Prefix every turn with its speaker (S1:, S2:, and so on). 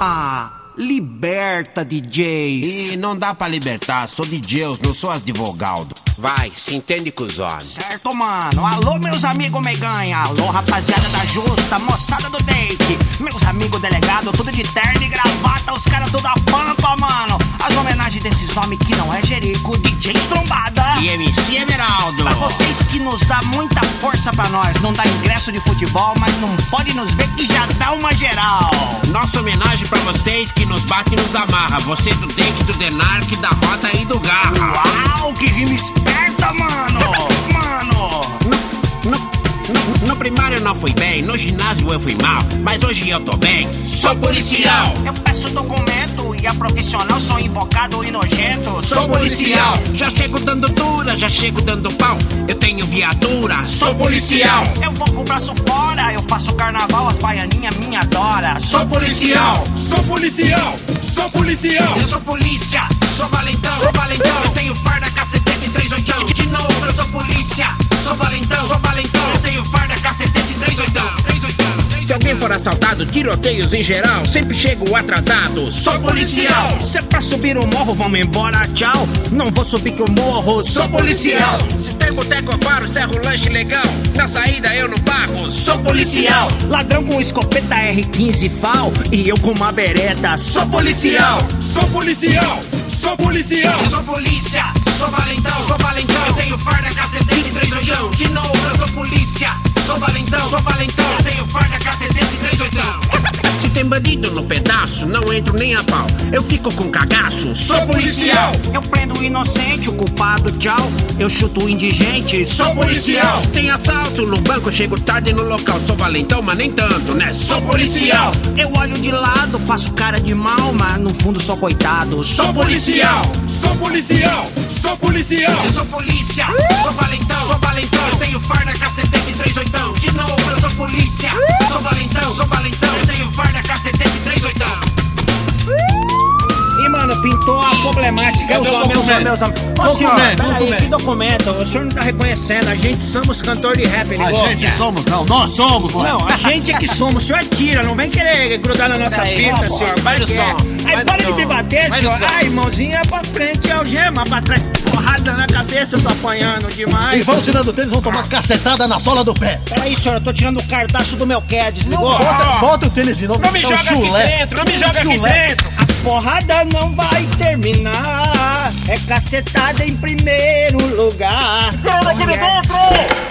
S1: Ah, liberta, DJs.
S2: E não dá pra libertar, sou de Deus, não sou as de Vogaldo.
S3: Vai, se entende com os homens.
S1: Certo, mano. Alô, meus amigos meganha. Alô, rapaziada da justa, moçada do date. Meus amigos delegado, tudo de terno e gravata. Os caras toda pampa, mano. As homenagens desses homens que não é Jerico, DJ Trombada.
S3: E MC Everaldo.
S1: Pra vocês que nos dá muita força pra nós. Não dá ingresso de futebol, mas não pode nos ver que já dá uma geral.
S3: Nossa homenagem pra vocês que nos bate e nos amarra. Você do Dente, do Denark, da Rota e do Garra.
S1: Uau, que rima esperta, mano. Mano.
S3: No, no, no, no primário eu não fui bem, no ginásio eu fui mal, mas hoje eu tô bem, sou policial.
S1: Eu peço documento e a profissional sou invocado e nojento.
S3: Sou policial, já chego dando dura, já chego dando pau. Eu tenho viatura, sou policial.
S1: Eu vou com o braço fora, eu faço carnaval, as baianinhas me adoram.
S3: Sou policial,
S4: Sou policial, sou policial,
S3: eu sou polícia, sou valentão, sou valentão. Eu tenho farda, cacetete, três oitão. De novo, eu sou polícia, sou valentão, sou valentão. Eu tenho farda, cacetete, três oitão, três oitão. Se alguém for assaltado, tiroteios em geral, sempre chego atrasado. Sou policial,
S1: Se é pra subir o morro, vamos embora, tchau. Não vou subir que eu morro,
S3: sou policial. Se tem boteco, eu paro, serro lanche legal. Na saída eu não pago, sou policial.
S1: Ladrão com escopeta R15 FAL e eu com uma bereta. Sou
S3: Sou policial,
S4: sou policial, sou policial,
S3: eu sou polícia, sou valentão, sou valentão. Eu tenho farda, cacetete, três oitão. De novo, eu sou polícia, sou valentão, sou valentão. Eu tenho farda, cacetete, três oitão. Se tem bandido no pedaço, não entro nem a pau. Eu fico com cagaço, sou policial.
S1: Eu prendo o inocente, o culpado, tchau. Eu chuto o indigente. Sou
S3: policial. Tem assalto no banco, chego tarde no local. Sou valentão, mas nem tanto, né? Sou policial.
S1: Eu olho de lado, faço cara de mal, mas no fundo sou coitado.
S3: Sou policial.
S4: sou policial, sou policial,
S3: Eu sou polícia, sou valentão, sou valentão. Eu tenho farda, cacetete, três oitão. De novo, eu sou polícia, sou valentão, sou valentão. Eu tenho farda, cacetete, três oitão.
S1: E mano, pintou a problemática.
S4: Cadê
S1: Meus
S4: o
S1: homens, meus homens,
S4: documento?
S1: meus homens. Ô senhor,
S4: Documento,
S1: peraí,
S4: documento.
S1: que documento? O senhor não tá reconhecendo. A gente somos cantor de rap, ele gosta.
S4: somos, não, nós somos,
S1: Não, a gente é que somos. O senhor tira, não vem querer grudar na nossa
S4: Peraí,
S1: fita,
S4: vamos,
S1: senhor.
S4: vai no
S1: que é.
S4: som, vai
S1: Aí
S4: no
S1: para de
S4: som,
S1: me bater,
S4: vai no
S1: senhor.
S4: som.
S1: Ai, mãozinha pra frente, algema pra trás. Porrada na cabeça, eu tô apanhando
S5: E
S1: demais.
S5: vão tirando o tênis, vão
S4: Ah.
S5: tomar cacetada na sola do pé.
S1: Peraí, senhor, eu tô tirando o cardaço do meu Keds, ligou?
S4: Ah.
S5: Bota, bota o tênis de novo.
S4: Não me
S5: dá um
S4: joga
S5: chulé.
S4: aqui dentro, não me joga aqui
S5: Chulé.
S4: dentro.
S1: As porradas não vai terminar. É cacetada em primeiro lugar.
S4: Joga aqui dentro!